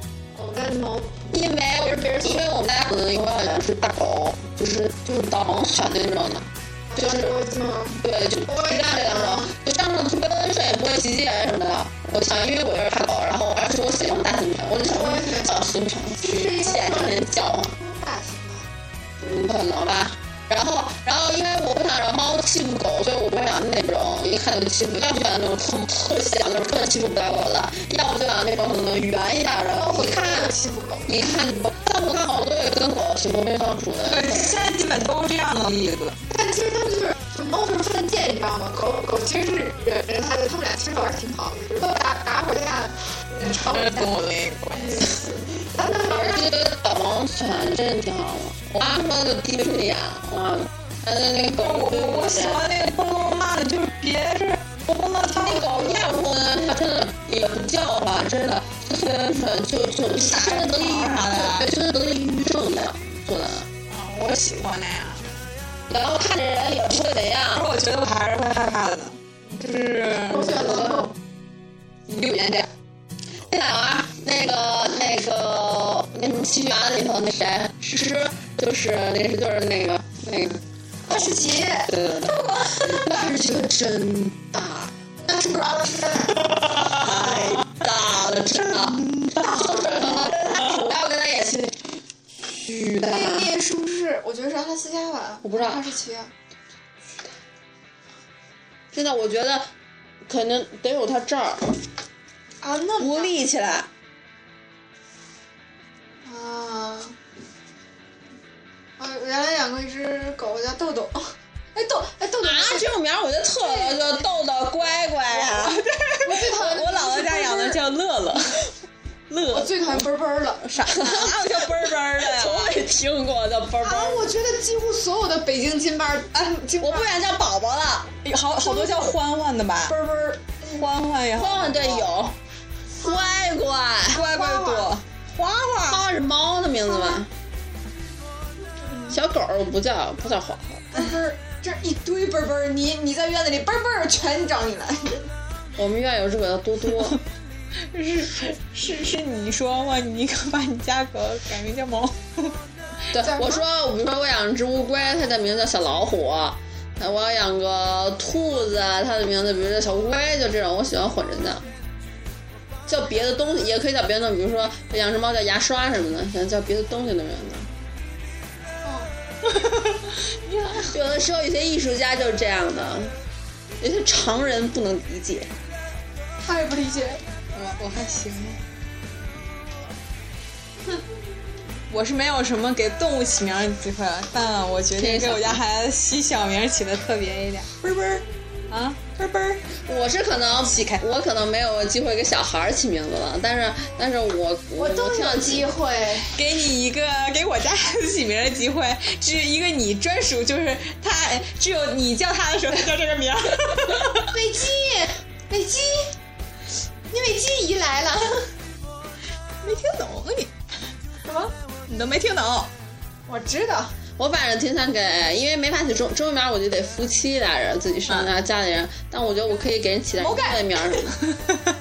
为什么？因为我是别人，因为我们家狗的永远养是大狗，就是就是导盲犬的那种的，就是我经常对，就不会让这两种，就上上特别温顺，也不会急急眼什么的。我想，因为我是怕狗，然后而且我喜欢大型犬，我就想我也小型犬，之前让人叫嘛，大型吧，不可能吧？然后，然后因为我不想让猫欺负狗，所以我不养那种一看就欺负，要不就养那种特特小那种根本欺负不了我的，要不就养那种可能圆一点的，我一看欺负狗。一看就不，但我看好多也跟狗学过面相处的，对，现在基本都是这样的例子。但其实他们就是就猫是犯贱，你知道吗？狗狗其实是忍着它的，他们俩其实玩的挺好的，只不过打打会架，吵会架跟。我那个关系，咱们玩而儿且导盲犬真的挺好的。我妈说的第一顺眼，哇，但是那个我狗我我喜欢那个蹦蹦骂的，就是别是蹦蹦的跳那狗要不呢，它真的也不叫唤，真的就特别温顺，就就啥人得抑郁对，就是得抑郁症一样做的。啊，我喜欢那样。然后看着人也不会怎可样，是我觉得我还是会害怕的，就是狗选择六年点。那哪玩那个那个那什么奇缘里头那谁诗诗，就是那是就是那个那个，二十级，对对对，那是觉得真大。 那是不是哎二十三？太大了，真的，大我要跟他演戏，巨大，那那个是不是？我觉得是阿拉斯加啊吧，我不知道二十七，真的，我觉得可能得有他这儿啊，那无么力起来，大啊。啊，原来养过一只狗叫豆 豆，哎豆哎豆豆啊，是这种名儿我就特了，就豆豆乖乖呀、我最讨厌我姥姥家养的 叫乐乐，我乐最讨厌啵啵儿了啥？哪有叫啵儿啵儿的呀？从没听过叫啵儿啵啊！儿。我觉得几乎所有的北京金巴儿，哎，金我巴不儿敢叫宝宝了，好好多叫欢欢的吧，啵儿啵儿，欢欢也好，欢欢队友，乖乖，乖乖多，花花花花是猫的名字吧？小狗儿不叫不叫花花。啵儿啵儿，这一堆啵儿啵儿，你你在院子里啵儿啵儿全找你来，我们院有只狗叫多多，是是是你说吗？你可把你家狗改名叫毛，对我说，我比如说我养只乌龟，它的名字叫小老虎；那我要养个兔子，啊它的名字比如叫小乌龟，就这种，我喜欢混着叫。叫别的东西也可以叫别的东西，比如说养只猫叫牙刷什么的，想叫别的东西的名字。有的时候有些艺术家就是这样的，有些常人不能理解。他也不理解。我我还行吗？我是没有什么给动物起名的机会了，但我决定给我家孩子起小名起的特别一点，啵儿啵儿，啊，啵儿啵儿，我是可能起开我可能没有机会给小孩儿起名字了，但是但是我我我都挺有想机会，给你一个给我家孩子起名的机会，只一个你专属，就是他只有你叫他的时候，他叫这个名儿。美姬，美姬，你美姬姨来了， 没听懂你，什么？你都没听 懂？我知道。我反正挺想给，因为没法起中中文名，我就得夫妻俩人自己商量、家里人。但我觉得我可以给人起点英文名儿什么的。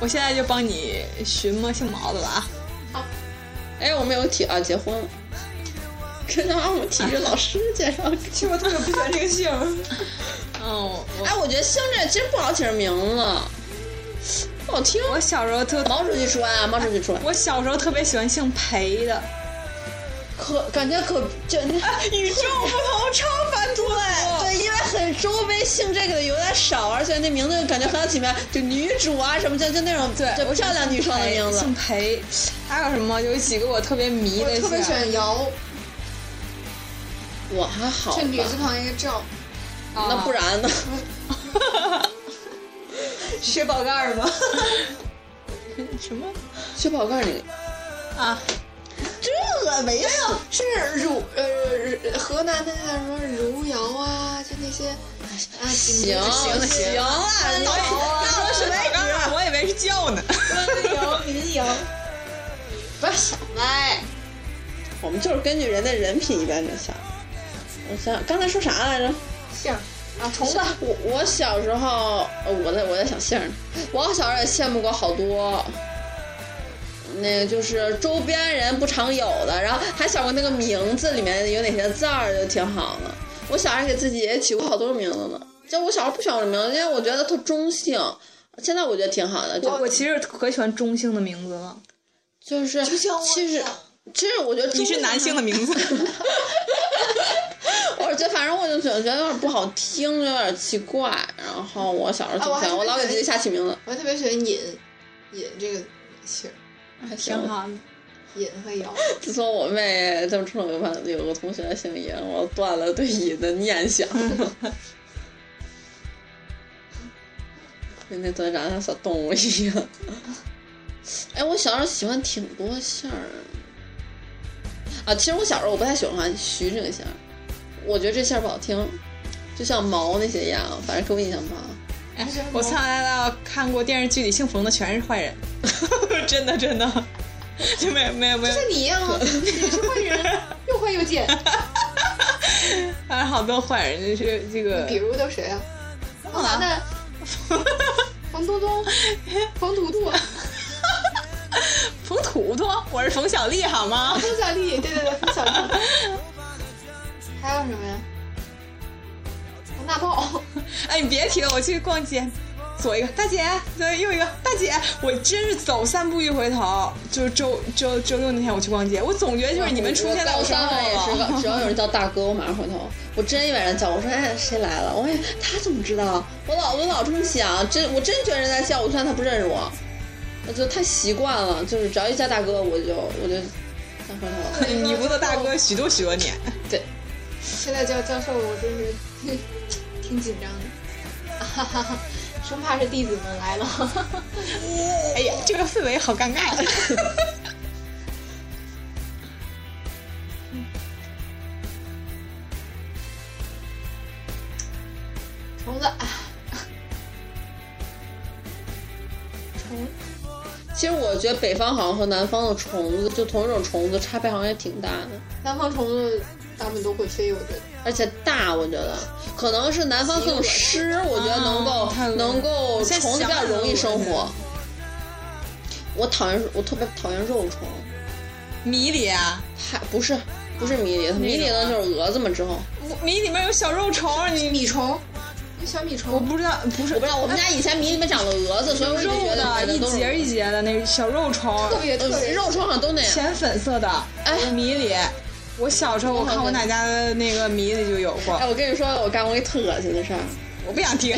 我现在就帮你寻摸姓毛的了啊！哎，我们有提啊，结婚 了，跟他我们体育老师介绍。其实我特别不喜欢这个姓。 嗯，我哎，我觉得姓这真不好起名字，不好听。我小时候特，毛主席说啊，毛主席说，我小时候特别喜欢姓裴的。可感觉可就啊与众不同，超凡脱俗。对，因为很周围姓这个的有点少，而且那名字感觉很好起名，就女主啊什么，就就那种对，就我漂亮女生的名字姓。裴。还有什么？有几个我特别迷我的啊特别喜姓欢姚，我还好这吧，女字旁一个赵，啊那不然呢？薛宝盖儿吗？ 什么薛宝盖你。啊？这个没有，是汝呃河南的那叫什么汝窑啊，就那些啊行行行了，你啊说什 么呀？我以为是叫呢。窑民窑，不要想歪，我们就是根据人的人品一般就想。我想刚才说啥来着？姓儿啊虫子，我我小时候，呃我在我在想姓儿呢。我小时候也羡慕过好多，那个就是周边人不常有的，然后还想过那个名字里面有哪些字儿，就挺好的。我小时候给自己也起过好多名字呢，就我小时候不喜欢我的名字，因为我觉得特中性。现在我觉得挺好的，就我我其实可喜欢中性的名字了。就是就像我其一实样其实我觉得你是男性的名字， 我是觉得，反正我就觉得有点不好听，有点奇怪。然后我小时候挺喜欢，啊我还我老给自己瞎起名字，我还特别喜欢尹，尹这个姓儿，还行 挺。好的。尹和姚。自从我妹这么称我，班有个同学姓尹，我断了对尹的念想。跟那段长得像小动物一样。哎，我小时候喜欢挺多姓儿的啊。其实我小时候我不太喜欢徐这个姓儿，我觉得这姓儿不好听，就像毛那些一样，反正给我印象不好。哎，我从小到大看过电视剧里姓冯的全是坏人， 真的真的， 就没有没有没有，像你一样啊， 你是坏人， 又坏又贱。反正好多坏人就是这个比如都谁啊？冯楠楠、冯东东、冯图图、冯图图，我是冯小丽好吗？冯小丽，对对对，冯小丽。还有什么呀？冯大炮，哎，你别提了，我去逛街，左一个大姐，左右一个大姐，我真是走三步一回头。就是周周周六那天我去逛街，我总觉得就是你们出现在我我身高后三了也是 了。个，只要有人叫大哥，我马上回头。我真以为人叫我，我说哎谁来了？我也他怎么知道？我老我老这么想，真我真觉得人在叫我，虽然他不认识我，我就太习惯了，就是 只要一叫大哥，我就我就想回头。 你不做大哥许多许多年，现在叫教授，我真是哼挺紧张的， 哈哈哈，生怕是弟子们来了。 哎呀，这个氛围好尴尬。啊虫子，哎虫其实我觉得北方好像和南方的虫子，就同一种虫子，差别好像也挺大的。南方虫子大部分都会飞，我觉得。而且大，我觉得可能是南方更湿，我觉得能够、啊太恶心了能够虫子比较容易生现在想想活。我讨厌，我特别讨厌肉虫， 米里啊，还不是不是迷离，迷离呢就是蛾子嘛。之后我米里面有小肉虫，你米虫，有小米我虫，不知道，不是啊我不知道，我们家以前迷里面长了蛾子，所以我一直 肉觉得的，每一个都是节一节的那个小肉虫，特别特别呃肉虫好像都那样。浅粉色的，哎米里。我小时候我看我奶家的那个米里就有过哎，，我跟你说，我干过一特恶心的事儿。我不想听。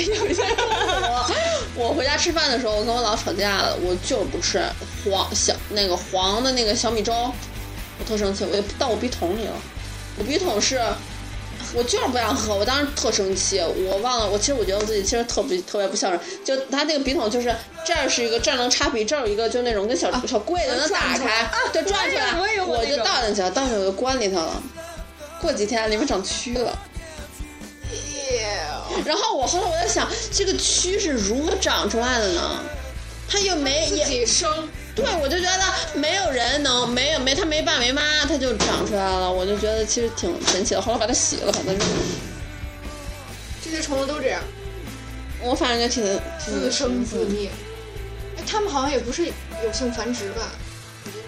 我回家吃饭的时候，我跟我老吵架了，我就是不吃黄小那个黄的那个小米粥，我特生气，我就到我笔筒里了。我笔筒是，我就是不想喝，我当时特生气，我忘了，我其实我觉得我自己其实特别特别不孝顺，就他那个笔筒就是这儿是一个，这儿能插笔，这儿有一个就那种跟小、啊小柜子能打开，对，转出来，我也有我也有就那种倒进去了，倒进去我就关里头了。过几天里面长蛆了。然后我后来我在想，这个蛆是如何长出来的呢？它又没自也己生，对，我就觉得没有人能没有没它没爸没妈，它就长出来了。我就觉得其实挺神奇的。后来把它洗了，把它扔了。这些虫子都这样，我反正就挺自挺生自灭。哎，它们好像也不是有性繁殖吧？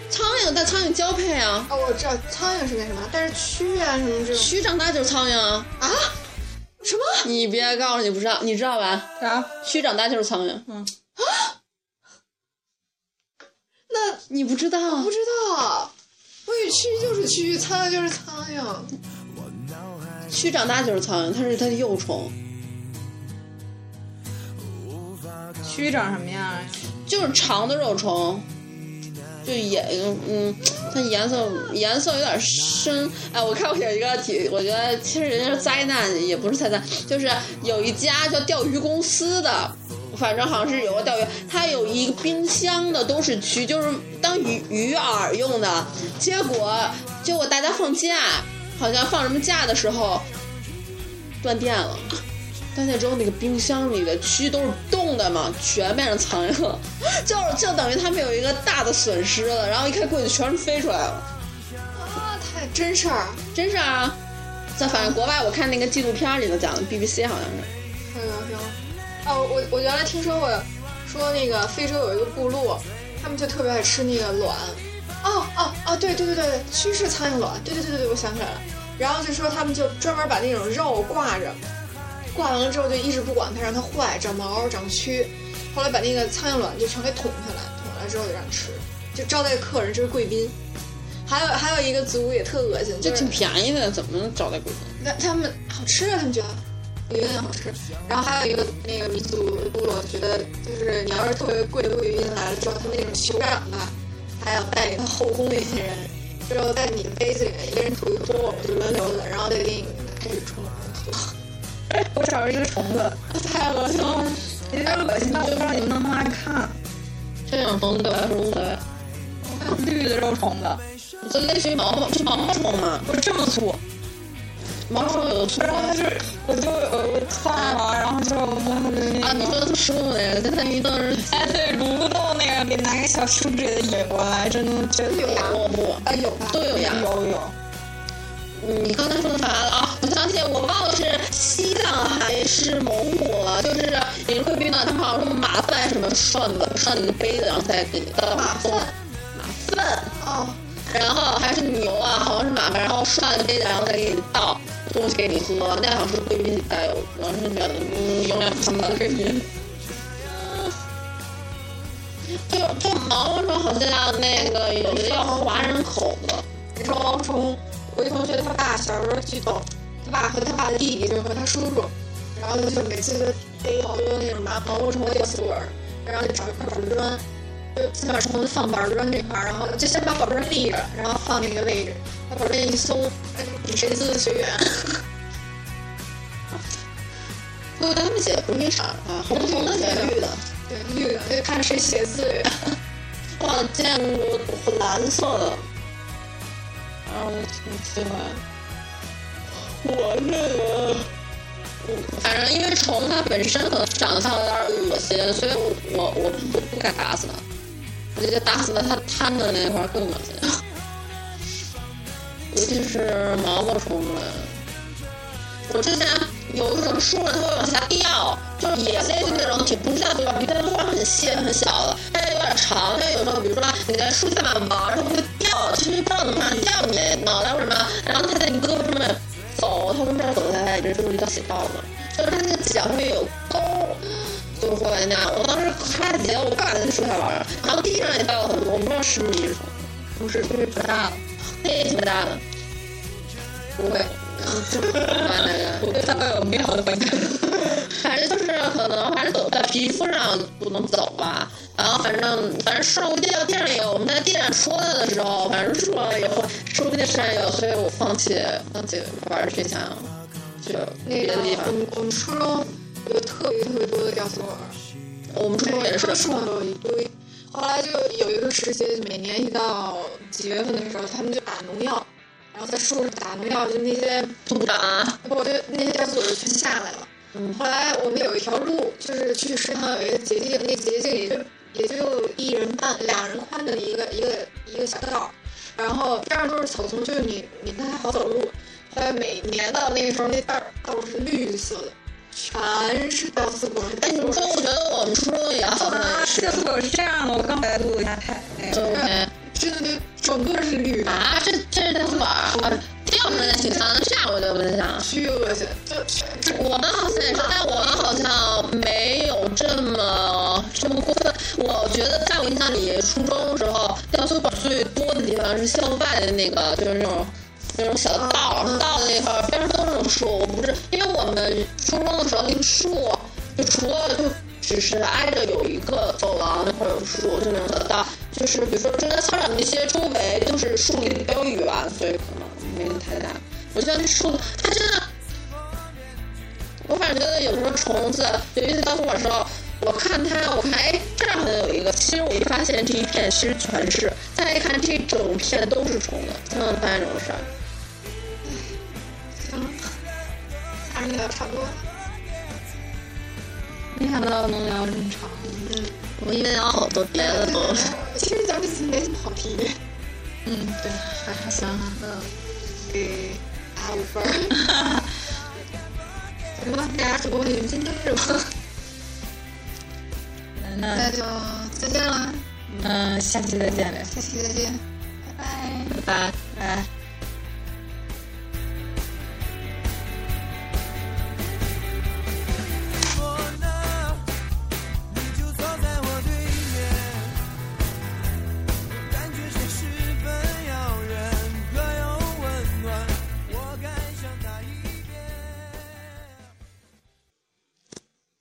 苍蝇，但苍蝇交配啊，哦，我知道苍蝇是那什么，但是蛆啊什么这种蛆长大就是苍蝇啊。啊，什么？你别告诉你不知道，你知道吧？啥？蛆长大就是苍蝇，嗯那你不知道？不知道，我以为蛆就是蛆，苍蝇就是苍蝇。蛆长大就是苍蝇，它是它的幼虫，蛆长什么样呀？就是长的肉虫。就颜嗯，它颜色颜色有点深。哎，我看过有一个体，我觉得其实人家是灾难，也不是灾难，就是有一家叫钓鱼公司的，反正好像是有个钓鱼，它有一个冰箱的都是蛆，就是当鱼鱼饵用的。结果结果大家放假，好像放什么假的时候断电了，断电之后那个冰箱里的蛆都是冻的嘛，全变成苍蝇了。就是就等于他们有一个大的损失了，然后一开柜子全是飞出来了，啊，太真事儿。真是啊！在反正国外我看那个纪录片里头讲的，BBC 好像哎哦是，太恶心了！啊，我我原来听说过，说那个非洲有一个部落，他们就特别爱吃那个卵。哦哦哦，对对对对，趋势苍蝇卵，对对对对对，我想起来了。然后就说他们就专门把那种肉挂着，挂完了之后就一直不管它，让它坏、长毛、长蛆。后来把那个苍蝇卵就全给捅下来，捅下来之后就让吃，就招待客人，这是贵宾。还有还有一个族也特恶心，这就挺是便宜的，怎么找代贵宾？那他们好吃啊，他们觉得有点好吃。然后还有一个那个民族部落觉得，就是你要是特别贵的贵宾来了之后，他们那种酋长吧，还要带领他后宫那些人，之后在你的杯子里面一个人吐一锅，我就轮流的，然后再给你开始冲。我找着一个虫子，太恶心啊了！有点恶心，但我又不知道你们能不能爱看，这种虫子对我来说无所谓，绿的肉虫子，就类似于毛毛，是毛毛虫吗？我这么粗，毛毛虫有粗啊然后它吗？就是，我就我我窜了，然后就摸它的那个。啊，你说的是食物那个，但它鱼都是哎，对，蠕动那个，给拿个小树枝给它引过来，真的真的有牙我不，啊，有吧？都有牙。有有。嗯你刚才说啥了啊？我想起来我忘了是西藏还是蒙古了，就是你是贵宾呢，他们好像说马饭什么涮的，涮你个杯子，然后再给你倒马饭，马饭，哦，然后还是牛啊，好像是马饭，然后涮了杯子，然后再给你倒东西给你喝，那好像是贵宾里带有，我是觉得嗯，永远不想当贵宾。就就毛毛虫好像那个有的要划人口子，你说毛虫，我一同学他爸小时候巨逗，他爸和他爸的弟弟就是和他叔叔，然后就是每次就逮好多那种毛毛虫吊死鬼儿，然后就找一块板砖，就先把虫子放板砖这块儿，然后就先把板砖立着，然后放那个位置，把板砖一松，比谁姿势随缘。对，他们写的不是一色儿啊的，红红的写绿的，对，绿的就看谁写字缘。我好像见过蓝色的，然后我挺喜欢。我这个，嗯反正因为虫它本身可能长相有点恶心，所以我我我不不敢打死它，我觉得打死它它瘫的那块儿更恶心，尤其是毛毛虫之类的。我之前有一种树呢，它会往下掉，就是也类似于那种挺不知道对吧？比它花很细很小的，但是有点长。但有时候，比如说你在树下面玩，它会掉，其实不知道怎么让掉你脑袋或者什么，然后它在你胳膊上面走，它从这儿走下来，这就是一道斜道嘛，就是它那个脚上面有沟。就会那样，我当时咔急了，我爸在树下玩，然后地上也掉了很多，我不知道是不是一种，不是，就是挺大的，那也挺大的，不会。我对他们有美好的反感。反正就是可能还是走在皮肤上不能走吧，然后反正反正树掉地上有，我们在地上戳它的时候，反正树了有，树地上有，所以我放弃放弃玩这项，就那别个的地方我。们我们初中有特别特别多的吊死鬼儿。我们初中也是各，处有一堆。后来就有一个时节，每年一到几月份的时候，他们就打农药，然后在树上打农药，就那些组长啊，我就那些吊死鬼全下来了。后来我们有一条路，就是去食堂有一个捷径，那捷径也就也就一人半、两人宽的一个一个一个小道儿，然后边上都是草丛，就是你你不太好走路。后来每年到那个时候，那道儿道儿是绿色的，全是吊死鬼。哎，你说我觉得我们初中也好像啊也，是这次我是这样的，我刚才录一下太。哎，OK。真的就整个是绿的，啊，这这是在玩儿，这样我也挺像，这样我就不太想。巨恶心，就全这我们好像也是，但我们好像没有这么这么过分。我觉得在我印象里，初中的时候吊死鬼最多的地方是校外的那个，就是那种。那种小道儿道那块儿边上都是那种树，我不是因为我们初中的时候那个树就除了就只是挨着有一个走廊那块儿有树，就那种小道，就是比如说中间操场那些周围都是树离得比较远，所以可能没太大。我觉得那树它真的我反正觉得有什么虫子，尤其是到宿管的时候，我看它，我看哎这儿好像有一个，其实我一发现这一片其实全是，再一看这整片都是虫子，才能发现这种事儿。行了，看着聊差不多。没想到能聊这么长。我们因为聊好多别的东西，其实咱们没什么好提的，嗯，对，还还行。嗯，啊给打五分儿。行吧，大家主播 你们今天是吧？那那就再见啦，嗯，下期再见，呃下期再见，拜拜。拜拜。拜拜。